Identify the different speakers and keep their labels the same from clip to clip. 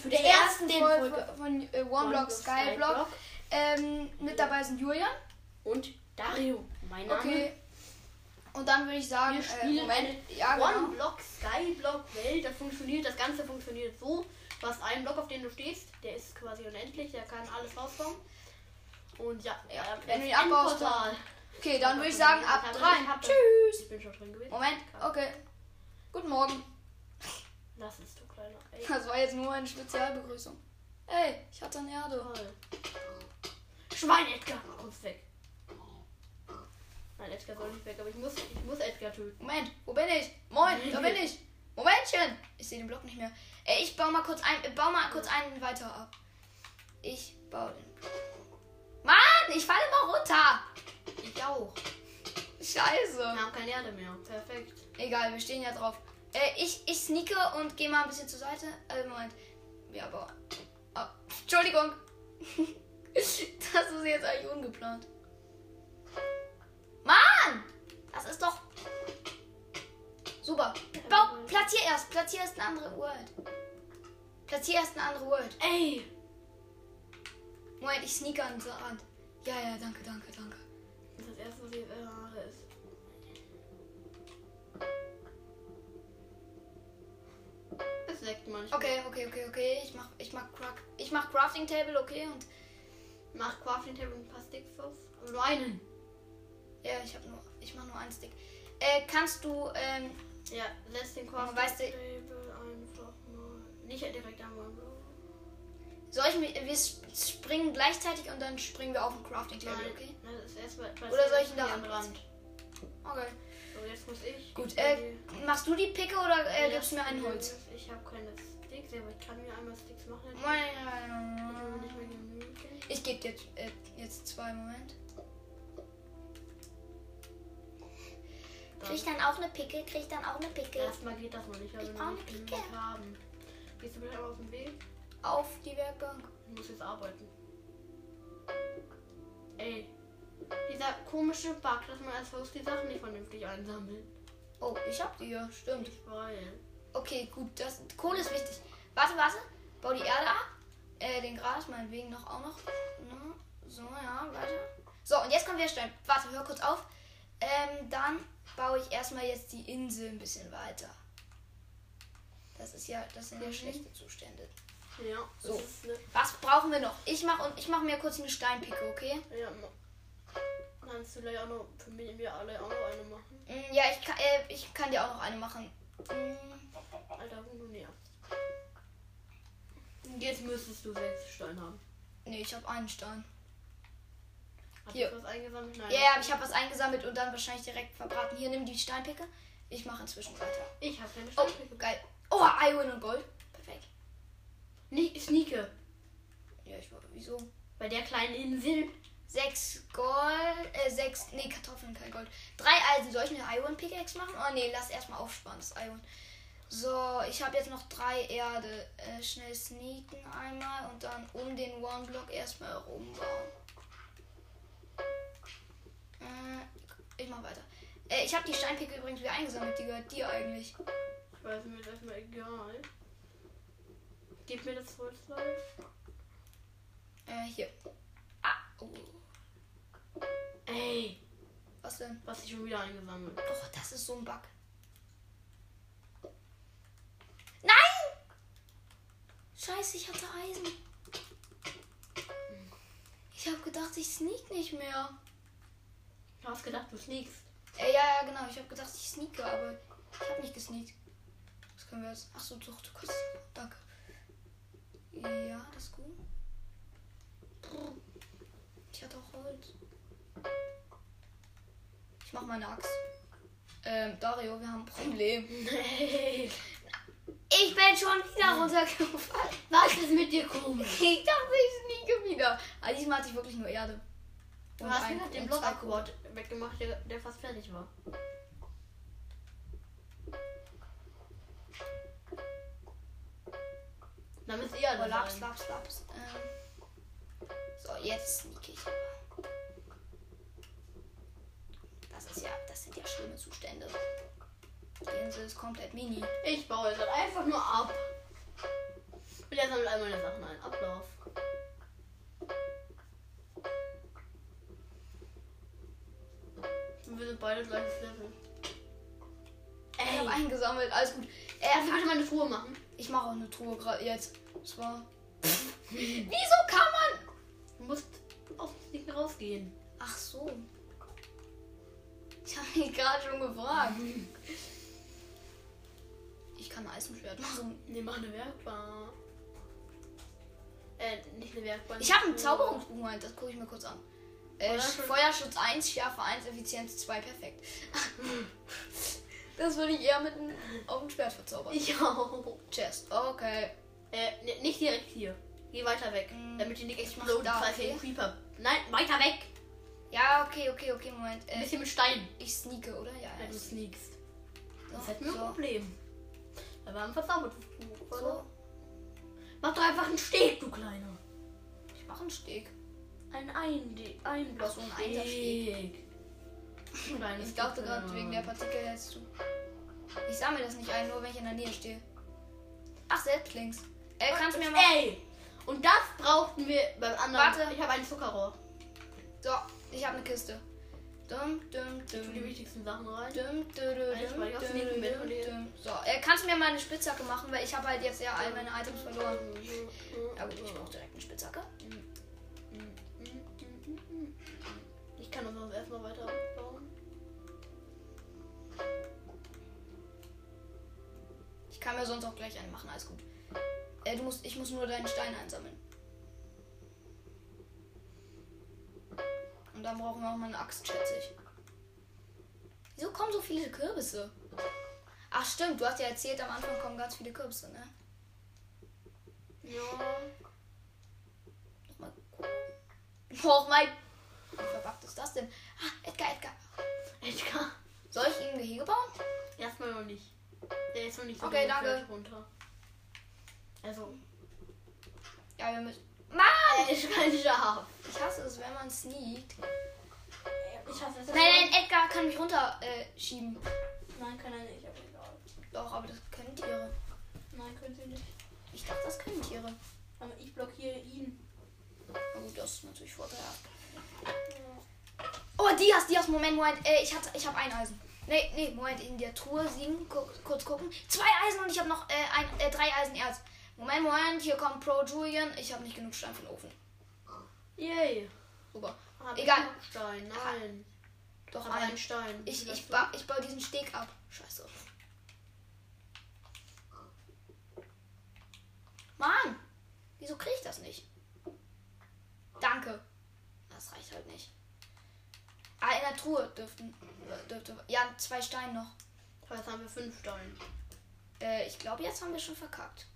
Speaker 1: zu
Speaker 2: der ersten
Speaker 1: den
Speaker 2: Folge
Speaker 1: Ähm, Folge
Speaker 2: von äh, One Block Skyblock. Ähm, mit dabei sind Julian.
Speaker 1: und Dario. Mein Name.
Speaker 2: Okay. Und dann würde ich sagen,
Speaker 1: Wir
Speaker 2: äh,
Speaker 1: spielen
Speaker 2: Moment, ja
Speaker 1: One
Speaker 2: genau.
Speaker 1: Block Sky Block Welt. Das funktioniert, das Ganze funktioniert so. Du hast einen Block, auf den du stehst. Der ist quasi unendlich. Der kann alles rausbauen. Und ja,
Speaker 2: Ja,
Speaker 1: ähm,
Speaker 2: wenn du
Speaker 1: das
Speaker 2: ihn abbaust,
Speaker 1: Endportal.
Speaker 2: Okay, dann würde ich sagen, ab
Speaker 1: Ich habe- ich
Speaker 2: rein.
Speaker 1: habe-
Speaker 2: Tschüss.
Speaker 1: Ich bin schon drin gewesen.
Speaker 2: Moment, okay. Guten Morgen.
Speaker 1: Lass es, du kleiner. Ey,
Speaker 2: Das war jetzt nur eine Spezialbegrüßung. Ey, ich hatte eine Erde.
Speaker 1: toll. Schwein, Edgar. Kommst weg. Nein, Edgar soll nicht weg, aber ich muss, ich muss Edgar töten.
Speaker 2: Moment, wo bin ich? Moin, da bin ich. Momentchen. Ich sehe den Block nicht mehr. Ey, ich baue mal kurz ein, äh, baue mal kurz einen weiter ab. Ich baue den. Mann, ich falle immer runter.
Speaker 1: Ich auch.
Speaker 2: Scheiße.
Speaker 1: Wir haben keine Erde mehr. Perfekt.
Speaker 2: Egal, wir stehen ja drauf. Äh, ich, ich sneake und gehe mal ein bisschen zur Seite. Äh, Moment. Ja, aber. Ah, Entschuldigung. das ist jetzt eigentlich ungeplant. Mann! Das ist doch. Super. Bau, platzier erst. Platzier erst eine andere World. Platzier erst eine andere World.
Speaker 1: Ey!
Speaker 2: Moment, ich sneake an den Rand. Ja, ja, danke, danke, danke.
Speaker 1: Das erste, was ich jetzt erstmal mache, ist. Das leckt manchmal.
Speaker 2: Okay, okay, okay, okay. Ich mach, ich mach, Craft- ich mach Crafting Table, okay? Und
Speaker 1: Mach Crafting Table und ein paar Sticks aus. Aber nur einen.
Speaker 2: Ja, ich habe nur, ich mache nur einen Stick. Äh, kannst du, ähm,
Speaker 1: Ja, setz den
Speaker 2: Aber
Speaker 1: Crafting
Speaker 2: weißt du-
Speaker 1: Table einfach mal. Nicht direkt am One.
Speaker 2: soll ich mir, wir sp- springen gleichzeitig und dann springen wir auf den Crafting Table,
Speaker 1: Nein,
Speaker 2: okay?
Speaker 1: das ist erstmal.
Speaker 2: Oder soll ich ihn da
Speaker 1: am
Speaker 2: anpassen?
Speaker 1: Rand?
Speaker 2: Okay.
Speaker 1: So, jetzt muss ich.
Speaker 2: Gut, äh, machst du die Picke oder äh,
Speaker 1: Ja,
Speaker 2: gibst du mir ein Holz?
Speaker 1: Ich habe keine Sticks, aber ich kann mir einmal Sticks machen. Ich bin nicht mehr genügend.
Speaker 2: Ich gebe dir äh, jetzt zwei, Moment.
Speaker 1: Krieg ich
Speaker 2: dann auch eine Picke? Krieg ich dann auch eine Picke?
Speaker 1: Erstmal geht das noch nicht, aber
Speaker 2: Ich
Speaker 1: wenn
Speaker 2: brauch
Speaker 1: wir nicht
Speaker 2: eine
Speaker 1: genügend
Speaker 2: Picke.
Speaker 1: haben. Gehst du bitte einmal auf den Weg?
Speaker 2: Auf die Werkbank.
Speaker 1: Ich muss jetzt arbeiten. Ey. Dieser komische Bug, dass man als Host die Sachen nicht vernünftig einsammelt.
Speaker 2: Oh, ich hab die Ah, ja, stimmt.
Speaker 1: Ich weiß.
Speaker 2: Okay, gut, das Kohle ist wichtig. Warte, warte. Bau die Erde ab. Äh, den Gras meinetwegen noch auch noch. Ne? So, ja, weiter. So, und jetzt kommen wir Stein. Warte, hör kurz auf. Ähm, dann baue ich erstmal jetzt die Insel ein bisschen weiter. Das ist ja, das sind ja
Speaker 1: Mhm.
Speaker 2: schlechte Zustände.
Speaker 1: Ja,
Speaker 2: So.
Speaker 1: das ist ne- eine.
Speaker 2: Was brauchen wir noch? Ich mach und ich mach mir kurz eine Steinpicke, okay?
Speaker 1: Ja, ma- Kannst du gleich auch noch für mich wir alle auch noch eine machen?
Speaker 2: Mm, ja, ich kann, äh, ich kann dir auch noch eine machen. Mm,
Speaker 1: Alter, wo du näher. Jetzt müsstest du sechs Steine haben.
Speaker 2: nee, ich habe einen Stein.
Speaker 1: Hast
Speaker 2: Hier.
Speaker 1: du was eingesammelt? Nein.
Speaker 2: Ja, ja, aber ich habe was eingesammelt und dann wahrscheinlich direkt verbraten. Hier, nimm die Steinpicke. Ich mache inzwischen weiter.
Speaker 1: Ich habe keine
Speaker 2: Oh,
Speaker 1: Steine.
Speaker 2: geil. Oh, Iron und Gold. Perfekt.
Speaker 1: Ni- Sneake.
Speaker 2: Ja, ich war, wieso?
Speaker 1: Bei der kleinen Insel.
Speaker 2: Sechs Gold, äh, sechs, nee, Kartoffeln, kein Gold. Drei Eisen. Soll ich eine Iron Pickaxe machen? Oh, nee, lass erstmal aufsparen, das Iron. So, ich habe jetzt noch drei Erde. Äh, schnell sneaken einmal und dann um den One-Block erstmal rumbauen. Äh, ich mach weiter. Äh, ich habe die Steinpicke übrigens wieder eingesammelt. Die gehört dir eigentlich.
Speaker 1: Ich weiß mir jetzt erstmal egal. Gib mir das Holz gleich.
Speaker 2: Äh, hier. Ah, oh,
Speaker 1: Ey,
Speaker 2: was denn?
Speaker 1: was ich schon wieder eingesammelt.
Speaker 2: Oh, das ist so ein Bug. Nein! Scheiße, ich hatte Eisen. Ich habe gedacht, ich sneak nicht mehr.
Speaker 1: Du hast gedacht, du sneakst.
Speaker 2: Äh, ja, ja, genau. Ich habe gedacht, ich sneake, aber ich habe nicht gesneakt. Was können wir jetzt? Ach so, doch, du kannst. Danke. Ja, das ist gut. Ich hatte auch Holz. Ich mach meine Axt. Ähm, Dario, wir haben ein Problem.
Speaker 1: Nee.
Speaker 2: Ich bin schon wieder runtergefallen.
Speaker 1: Was ist mit dir komisch?
Speaker 2: Ich dachte, ich sneake wieder. Aber diesmal hatte ich wirklich nur Erde.
Speaker 1: Du
Speaker 2: Und
Speaker 1: hast
Speaker 2: ein-
Speaker 1: mir gerade den
Speaker 2: und
Speaker 1: Block
Speaker 2: zwei
Speaker 1: abgebaut, weggemacht, der, der fast fertig war. Dann müsst ihr
Speaker 2: Oh,
Speaker 1: alle
Speaker 2: Laps,
Speaker 1: sein.
Speaker 2: Laps, Laps. Ähm. So, jetzt sneak ich. Das ist ja, das sind ja schlimme Zustände. Die Insel ist komplett mini.
Speaker 1: Ich baue es halt einfach nur ab. Und er sammelt all meine Sachen einen Ablauf. Und Wir sind beide gleiches Level.
Speaker 2: Ich habe
Speaker 1: Ey,
Speaker 2: eingesammelt, alles gut. Äh,
Speaker 1: kannst du bitte meine Truhe machen?
Speaker 2: ich mache auch eine Truhe gerade jetzt. Das war. Wieso kann man.
Speaker 1: Du musst aus dem Ding rausgehen.
Speaker 2: Ach so. Ich habe mich gerade schon gefragt. Ich kann ein Eisenschwert machen.
Speaker 1: Nee, mach eine Werkbank. Äh, nicht eine Werkbank.
Speaker 2: Ich habe einen
Speaker 1: Äh,
Speaker 2: Zauberungsmoment, das gucke ich mir kurz an. Äh,
Speaker 1: Feuerschutz-
Speaker 2: Feuerschutz 1, Schärfe 1, Effizienz 2, perfekt. das würde ich eher mit einem auf dem Schwert verzaubern.
Speaker 1: Ich auch.
Speaker 2: Chest, okay.
Speaker 1: Äh, ne- nicht direkt hier. Geh weiter weg.
Speaker 2: Mm,
Speaker 1: Damit die nicht
Speaker 2: ich mach
Speaker 1: explodiert,
Speaker 2: da,
Speaker 1: falls hier ein
Speaker 2: okay?
Speaker 1: Creeper. Nein, weiter weg!
Speaker 2: Ja, okay, okay, okay, Moment.
Speaker 1: Ein
Speaker 2: Äh,
Speaker 1: bisschen mit Steinen.
Speaker 2: ich sneake, oder? Ja,
Speaker 1: Wenn
Speaker 2: ja.
Speaker 1: du
Speaker 2: ich-
Speaker 1: sneakst. Das
Speaker 2: So,
Speaker 1: hätten wir ein
Speaker 2: so,
Speaker 1: Problem. Da waren verzaubert.
Speaker 2: so.
Speaker 1: Mach doch einfach einen Steg, du Kleiner.
Speaker 2: Ich mache einen Steg.
Speaker 1: Ein Ein, ein
Speaker 2: Ach so, ein Einsersteg.
Speaker 1: Kleines
Speaker 2: Ich dachte gerade,
Speaker 1: Kleiner.
Speaker 2: wegen der Partikel hältst du. Ich sammle das nicht ein, nur wenn ich in der Nähe stehe. Ach, selbst links. Äh, kannst du mir mal.
Speaker 1: Ey! Und das brauchten wir beim anderen.
Speaker 2: Warte.
Speaker 1: Ich habe ein Zuckerrohr.
Speaker 2: So, ich habe eine Kiste. Dum, dum,
Speaker 1: Für die
Speaker 2: dum.
Speaker 1: wichtigsten Sachen rein.
Speaker 2: Dum, dum,
Speaker 1: Ich weiß, ich hab's nicht
Speaker 2: dum,
Speaker 1: mit von dir.
Speaker 2: dum, dum. So, äh, kannst du mir mal eine Spitzhacke machen, weil ich habe halt jetzt ja all meine Items verloren. Ja gut, ich brauche direkt eine Spitzhacke.
Speaker 1: Ich kann uns erstmal weiter aufbauen.
Speaker 2: Ich kann mir sonst auch gleich eine machen, alles gut. Äh, du musst, ich muss nur deinen Stein einsammeln. Und dann brauchen wir auch mal eine Axt, schätze ich. Wieso kommen so viele Kürbisse? Ach stimmt, du hast ja erzählt, am Anfang kommen ganz viele Kürbisse, ne?
Speaker 1: Ja.
Speaker 2: Nochmal gucken. Oh mein... Wie verbackt ist das denn? Ah, Edgar, Edgar.
Speaker 1: Edgar.
Speaker 2: Soll ich ihm ein Gehege bauen?
Speaker 1: Erstmal noch nicht. Der ist noch nicht so
Speaker 2: Okay,
Speaker 1: gut,
Speaker 2: danke.
Speaker 1: fällt runter. Also,
Speaker 2: Ja, wir müssen... Mann!
Speaker 1: er ist kein Schaf.
Speaker 2: Ich hasse es, wenn man sneakt.
Speaker 1: Ich hasse es.
Speaker 2: Nein, nein, Edgar kann mich runterschieben. Äh, schieben.
Speaker 1: nein, kann er nicht, aber egal.
Speaker 2: Doch, aber das können Tiere.
Speaker 1: Nein, können sie nicht.
Speaker 2: Ich dachte, das können Tiere.
Speaker 1: Aber ich blockiere ihn.
Speaker 2: Na gut, das ist natürlich vorteilhaft. Oh, Dias, Dias, Moment, Moment. Äh, ich hatte, ich habe ein Eisen. Nee, nee, Moment, in der Truhe sieben, gu kurz gucken. Zwei Eisen und ich habe noch äh, ein, äh, drei Eisenerz. Moment, Moment, hier kommt Pro Julian. Ich habe nicht genug Stein für den Ofen.
Speaker 1: Yay.
Speaker 2: Super.
Speaker 1: Hab
Speaker 2: Egal.
Speaker 1: Ich noch Stein, nein.
Speaker 2: Doch,
Speaker 1: Aber
Speaker 2: aber
Speaker 1: ein Stein.
Speaker 2: ich,
Speaker 1: Das-
Speaker 2: ich, ba ich baue diesen Steg ab. Scheiße. Mann, wieso kriege ich das nicht? Danke. Das reicht halt nicht. Ah, in der Truhe dürften. äh, Dürfte, ja, zwei Steine noch.
Speaker 1: Jetzt haben wir fünf Steine.
Speaker 2: Äh, ich glaube, jetzt haben wir schon verkackt.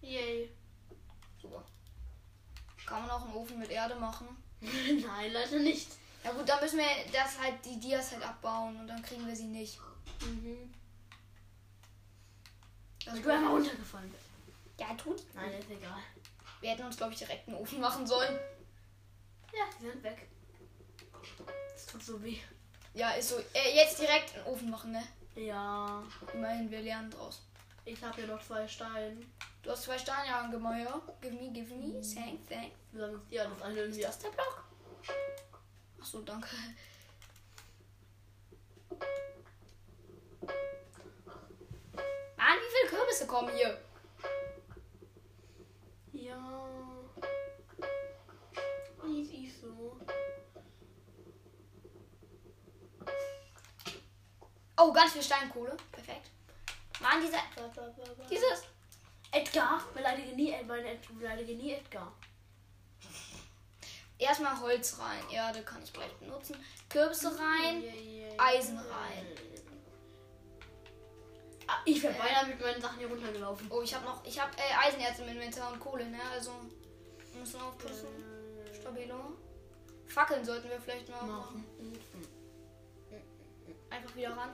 Speaker 1: Yay.
Speaker 2: Super. Kann man auch einen Ofen mit Erde machen.
Speaker 1: nein, leider nicht.
Speaker 2: Ja gut, dann müssen wir das halt, die Dias halt abbauen und dann kriegen wir sie nicht.
Speaker 1: Mhm.
Speaker 2: Das
Speaker 1: Weil du einmal runtergefallen bist.
Speaker 2: Also ja, tut.
Speaker 1: Nein, ist egal.
Speaker 2: Wir hätten uns, glaube ich, direkt einen Ofen machen sollen.
Speaker 1: Ja, die sind weg. Es tut so weh.
Speaker 2: Ja, ist so. Äh, jetzt direkt in den Ofen machen, ne?
Speaker 1: Ja.
Speaker 2: Immerhin, wir lernen draus.
Speaker 1: Ich habe hier noch zwei Steine.
Speaker 2: Du hast zwei Steine angemalt, ja? Give me, give me, thank, thank.
Speaker 1: Wir sagen uns, ja, das eine
Speaker 2: Ist
Speaker 1: irgendwie
Speaker 2: das der Block? Achso, danke. Mann, wie viele Kürbisse kommen hier?
Speaker 1: Ja. Nicht ich so.
Speaker 2: Oh, ganz viel Steinkohle. Perfekt. Mann, diese,
Speaker 1: Ba, ba, ba, ba.
Speaker 2: dieses.
Speaker 1: Edgar, beleidige nie, Ed- meine Ed- beleidige nie Edgar.
Speaker 2: Erstmal Holz rein. Erde kann ich gleich benutzen. Kürbisse rein.
Speaker 1: Yeah, yeah, yeah.
Speaker 2: Eisen rein.
Speaker 1: Ah, ich wäre beinahe mit meinen Sachen hier runtergelaufen.
Speaker 2: Oh, ich habe noch, ich habe äh, Eisenerz im Inventar und Kohle, ne? Also müssen wir aufpassen. Stabilo. Fackeln sollten wir vielleicht mal machen.
Speaker 1: Machen.
Speaker 2: Einfach wieder ran.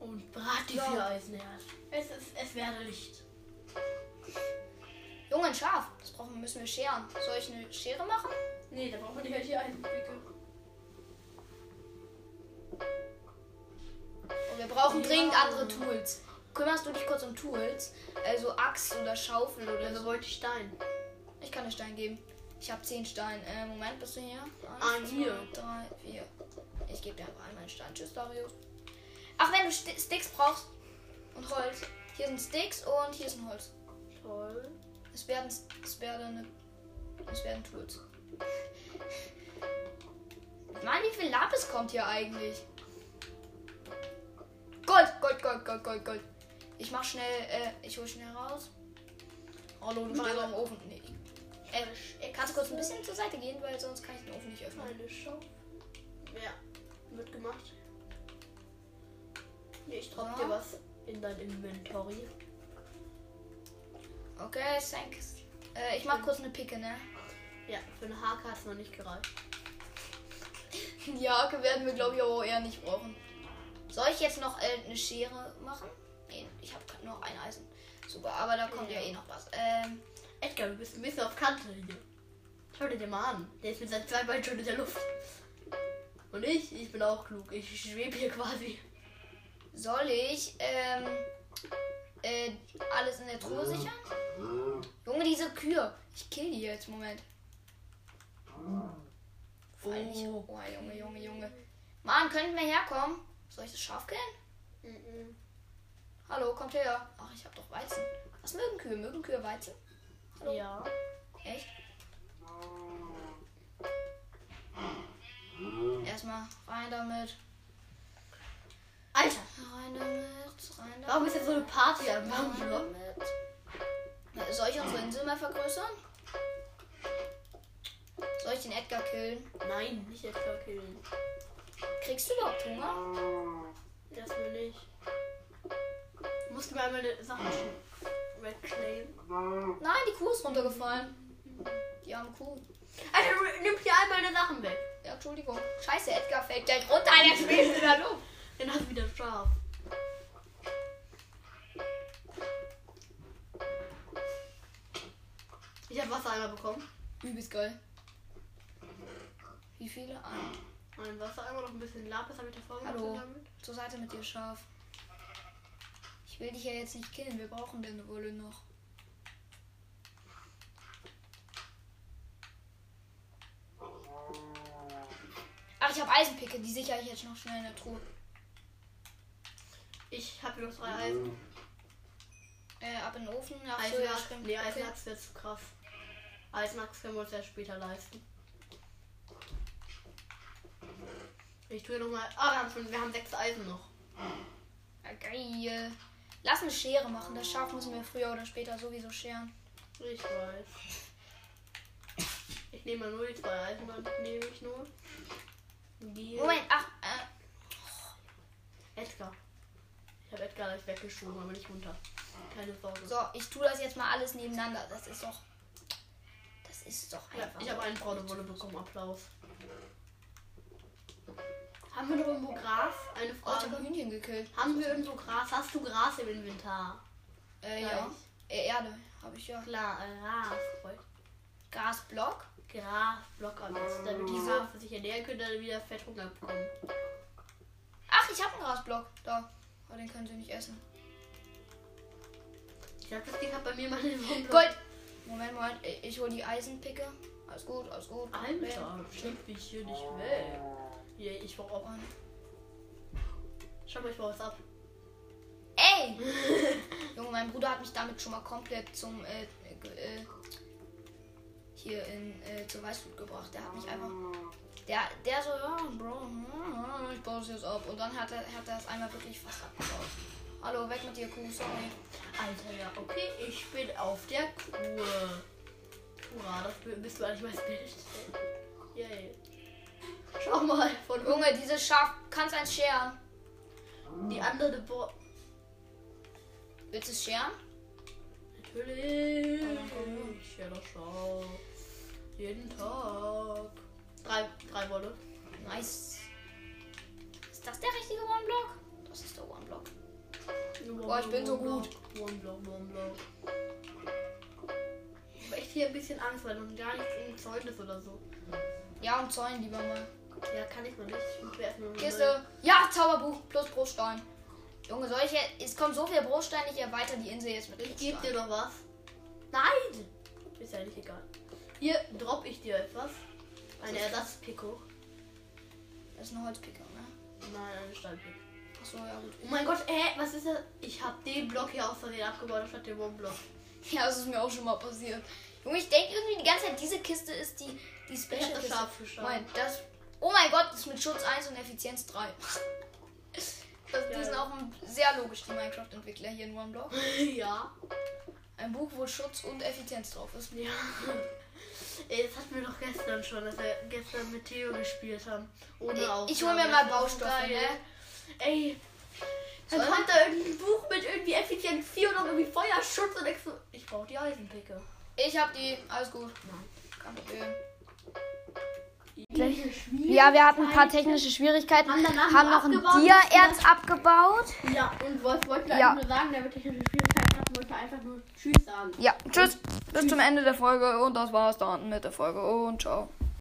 Speaker 1: Und brat die
Speaker 2: Ja.
Speaker 1: vier Eisen erst. Es, ist, es werde Licht.
Speaker 2: Junge, ein Schaf. Das brauchen müssen wir scheren. Soll ich eine Schere machen?
Speaker 1: Nee, da brauchen wir nicht die Eisenblicke.
Speaker 2: Und wir brauchen
Speaker 1: Ja.
Speaker 2: Oh, dringend andere Tools. kümmerst du dich kurz um Tools, also Axt oder Schaufel oder
Speaker 1: Also
Speaker 2: so.
Speaker 1: wollte ich Stein.
Speaker 2: Ich kann dir Stein geben. Ich habe 10 Stein. Äh, Moment, bist du hier?
Speaker 1: Ah, hier.
Speaker 2: 3, 4. Ich gebe dir einfach einmal einen Stein. Tschüss, Dario. Ach, wenn du Sti- Sticks brauchst und Holz. Hier sind Sticks und hier ist ein Holz.
Speaker 1: Toll.
Speaker 2: Es werden, es werden, es werden Tools. Mann, wie viel Lapis kommt hier eigentlich? Gold, Gold, Gold, Gold, Gold, Gold. Ich mach schnell, äh, ich hol schnell raus. Oh, du
Speaker 1: Mach
Speaker 2: stehst
Speaker 1: einfach.
Speaker 2: am Ofen. Nee. Äh, kannst du kurz ein bisschen zur Seite gehen, weil sonst kann ich den Ofen nicht öffnen.
Speaker 1: Meine Show. Ja, wird gemacht. Nee, Ich drop
Speaker 2: Ja.
Speaker 1: dir was in dein Inventory.
Speaker 2: Okay, thanks. Äh, ich mach kurz eine Picke, ne?
Speaker 1: Ja, für eine Hake hat es noch nicht gereicht.
Speaker 2: Die Hake werden wir, glaube ich, aber auch eher nicht brauchen. Soll ich jetzt noch äh, eine Schere machen? Nee, ich habe noch ein Eisen. Super, aber da kommt ja,
Speaker 1: Ja.
Speaker 2: eh noch was. Ähm,
Speaker 1: Edgar, du bist ein bisschen auf Kante hier. Schau dir den mal an. Der ist mit seinen zwei Beinen schon in der Luft. Und ich, ich bin auch klug. Ich schwebe hier quasi.
Speaker 2: soll ich ähm, äh, alles in der Truhe sichern? Junge, diese Kühe. Ich kill die jetzt. Moment. Oh,
Speaker 1: Oh.
Speaker 2: oh Junge, Junge, Junge. Mann, könnt ihr herkommen? Soll ich das Schaf killen?
Speaker 1: Mhm.
Speaker 2: Hallo, kommt her. Ach, ich habe doch Weizen. Was mögen Kühe? Mögen Kühe Weizen? Hallo.
Speaker 1: Ja.
Speaker 2: Echt? Erstmal rein damit.
Speaker 1: Alter,
Speaker 2: Rein damit. Rein damit.
Speaker 1: warum ist jetzt so eine Party
Speaker 2: rein
Speaker 1: am Baum?
Speaker 2: damit. Soll ich unsere Insel mal vergrößern? Soll ich den Edgar killen?
Speaker 1: Nein, nicht Edgar killen.
Speaker 2: Kriegst du überhaupt Hunger?
Speaker 1: Erstmal nicht. Musst du mir einmal eine Sache schicken. Reclaim.
Speaker 2: Nein, die Kuh ist runtergefallen. Die arme Kuh.
Speaker 1: Alter, r- nimm hier einmal deine Sachen weg.
Speaker 2: Ja, Entschuldigung. Scheiße, Edgar fällt gleich runter. Der schwebt in der Luft.
Speaker 1: Dann hast du wieder scharf. Ich habe Wassereimer bekommen.
Speaker 2: Übelst geil. Wie viele? Ein.
Speaker 1: Mein Wassereimer noch ein bisschen Lapis habe ich davor gemacht.
Speaker 2: Hallo.
Speaker 1: damit.
Speaker 2: Zur Seite mit dir, Schaf. Ich will dich ja jetzt nicht killen. Wir brauchen deine Wolle noch. Ach, ich habe Eisenpicke. Die sichere ich jetzt noch schnell in der Truhe.
Speaker 1: Ich habe hier noch drei Eisen.
Speaker 2: Äh, ab in den Ofen. Ach so, ja,
Speaker 1: Eisenachs.
Speaker 2: stimmt.
Speaker 1: Nee,
Speaker 2: Okay.
Speaker 1: Eisenachs wird zu krass. Eisenachs können wir uns ja später leisten. Ich tue nochmal. Ah, wir haben, schon, wir haben sechs Eisen noch.
Speaker 2: Ah, geil. Lass eine Schere machen. Das Schaf müssen wir früher oder später sowieso scheren.
Speaker 1: Ich weiß. Ich nehme mal nur die zwei Eisen und nehme ich nur. Die
Speaker 2: Moment, ach, äh,
Speaker 1: Edgar. Ich habe Edgar gleich weggeschoben, aber nicht runter. Keine Sorge.
Speaker 2: so, ich tue das jetzt mal alles nebeneinander. Das ist doch. Das ist doch
Speaker 1: ja,
Speaker 2: einfach.
Speaker 1: ich habe einen Fraudewolle bekommen. Applaus. Haben wir noch irgendwo Gras? Eine
Speaker 2: Oh, ich habe
Speaker 1: Frage.
Speaker 2: ein Hühnchen gekillt.
Speaker 1: Haben wir irgendwo Gras? Hast du Gras im Inventar?
Speaker 2: Äh,
Speaker 1: Gleich.
Speaker 2: ja. Äh, Erde habe ich ja.
Speaker 1: Klar, Gras. Freund.
Speaker 2: Grasblock.
Speaker 1: Gras, Block am besten,
Speaker 2: Oh.
Speaker 1: damit die Schafe sich ernähren können, dann wieder Fetthunger bekommen.
Speaker 2: Ach, ich habe einen Grasblock. Da. Aber den können sie nicht essen.
Speaker 1: Ich habe das Ding hat bei mir mal den Wohnblock.
Speaker 2: Gold. Moment, Moment. Ich, ich hole die Eisenpicke. Alles gut, alles gut.
Speaker 1: Alter, schimpf mich hier nicht weg. Hier, ich brauch auch.
Speaker 2: Und-
Speaker 1: Schau mal, ich brauch was ab.
Speaker 2: Ey! Junge, mein Bruder hat mich damit schon mal komplett zum äh, ge- äh, hier in äh, zur Weißflut gebracht. Der hat mich einfach. Der, der so, ja, Bro, hm, ich baue es jetzt ab. Und dann hat er, hat er es einmal wirklich fast abgebaut. Hallo, weg mit dir, Kuh, sorry.
Speaker 1: Alter, ja, okay, ich bin auf der Kur. Hurra, das bi- bist du eigentlich mein Bild. Yay. Schau mal, von oben.
Speaker 2: Junge, dieses Schaf kannst eins scheren.
Speaker 1: Die andere Bo
Speaker 2: Willst du es scheren?
Speaker 1: Natürlich.
Speaker 2: Oh, dann komm.
Speaker 1: Ich ja doch schau. Jeden Tag. Drei, drei Wolle.
Speaker 2: Nice. Ist das der richtige One-Block? Das ist der One-Block. Boah, ich bin so gut.
Speaker 1: Wurmblau, wurmblau. Ich hab echt hier ein bisschen Angst, weil noch gar nichts im Zeug ist oder so.
Speaker 2: Ja, und Zäun lieber mal. Oh
Speaker 1: Ja, kann ich noch nicht. Ich muss mir erstmal.
Speaker 2: Kiste. Ja, Zauberbuch plus Bruststein. Junge, solche. Es kommt so viel Bruchstein, ich erweitere die Insel jetzt mit
Speaker 1: Ich gebe
Speaker 2: Kriegsteinen.
Speaker 1: dir noch was. Nein! Ist ja nicht egal. Hier drop ich dir etwas. Eine Ersatzpico.
Speaker 2: Das ist ein Holzpicker, ne?
Speaker 1: Nein, eine Steinpico.
Speaker 2: Achso, ja gut.
Speaker 1: Oh mein Gott, hä, was ist das? Ich hab den Block hier aus Versehen abgebaut, statt den Wohnblock.
Speaker 2: Ja, das ist mir auch schon mal passiert. Junge, ich denke irgendwie die ganze Zeit, diese Kiste ist die, die
Speaker 1: Ich hab das
Speaker 2: Special-Kiste.
Speaker 1: scharf geschaut.
Speaker 2: Nein, das. Oh mein Gott, das ist mit Schutz 1 und Effizienz 3. Das, die
Speaker 1: Ja.
Speaker 2: sind auch sehr logisch, die Minecraft-Entwickler hier in OneBlock.
Speaker 1: ja.
Speaker 2: Ein Buch, wo Schutz und Effizienz drauf ist.
Speaker 1: Ja. Ey, das hatten wir doch gestern schon, dass wir gestern mit Theo gespielt haben. Ohne
Speaker 2: Ich,
Speaker 1: Aufnahme.
Speaker 2: ich hol mir
Speaker 1: Das
Speaker 2: mal
Speaker 1: ist so
Speaker 2: Baustoffe,
Speaker 1: geil.
Speaker 2: ne?
Speaker 1: Ey. Dann
Speaker 2: Soll-
Speaker 1: kommt da irgendein Buch mit irgendwie Effizienz 4 und noch irgendwie Feuerschutz und Exo Ich brauch die Eisenpicke.
Speaker 2: Ich hab die. Alles gut.
Speaker 1: Nein.
Speaker 2: Kein Problem.
Speaker 1: Gleiche Schmiede.
Speaker 3: Ja, wir hatten ein paar technische Schwierigkeiten,
Speaker 1: Haben danach
Speaker 3: haben
Speaker 1: noch
Speaker 3: noch ein
Speaker 1: abgebaut,
Speaker 3: Diererz abgebaut.
Speaker 1: Ja, und Wolf wollte
Speaker 3: Ja.
Speaker 1: einfach nur sagen, der wird technische Schwierigkeiten hat, wollte einfach nur Tschüss sagen.
Speaker 3: Ja, tschüss, bis zum Ende der Folge und das war's dann mit der Folge und ciao.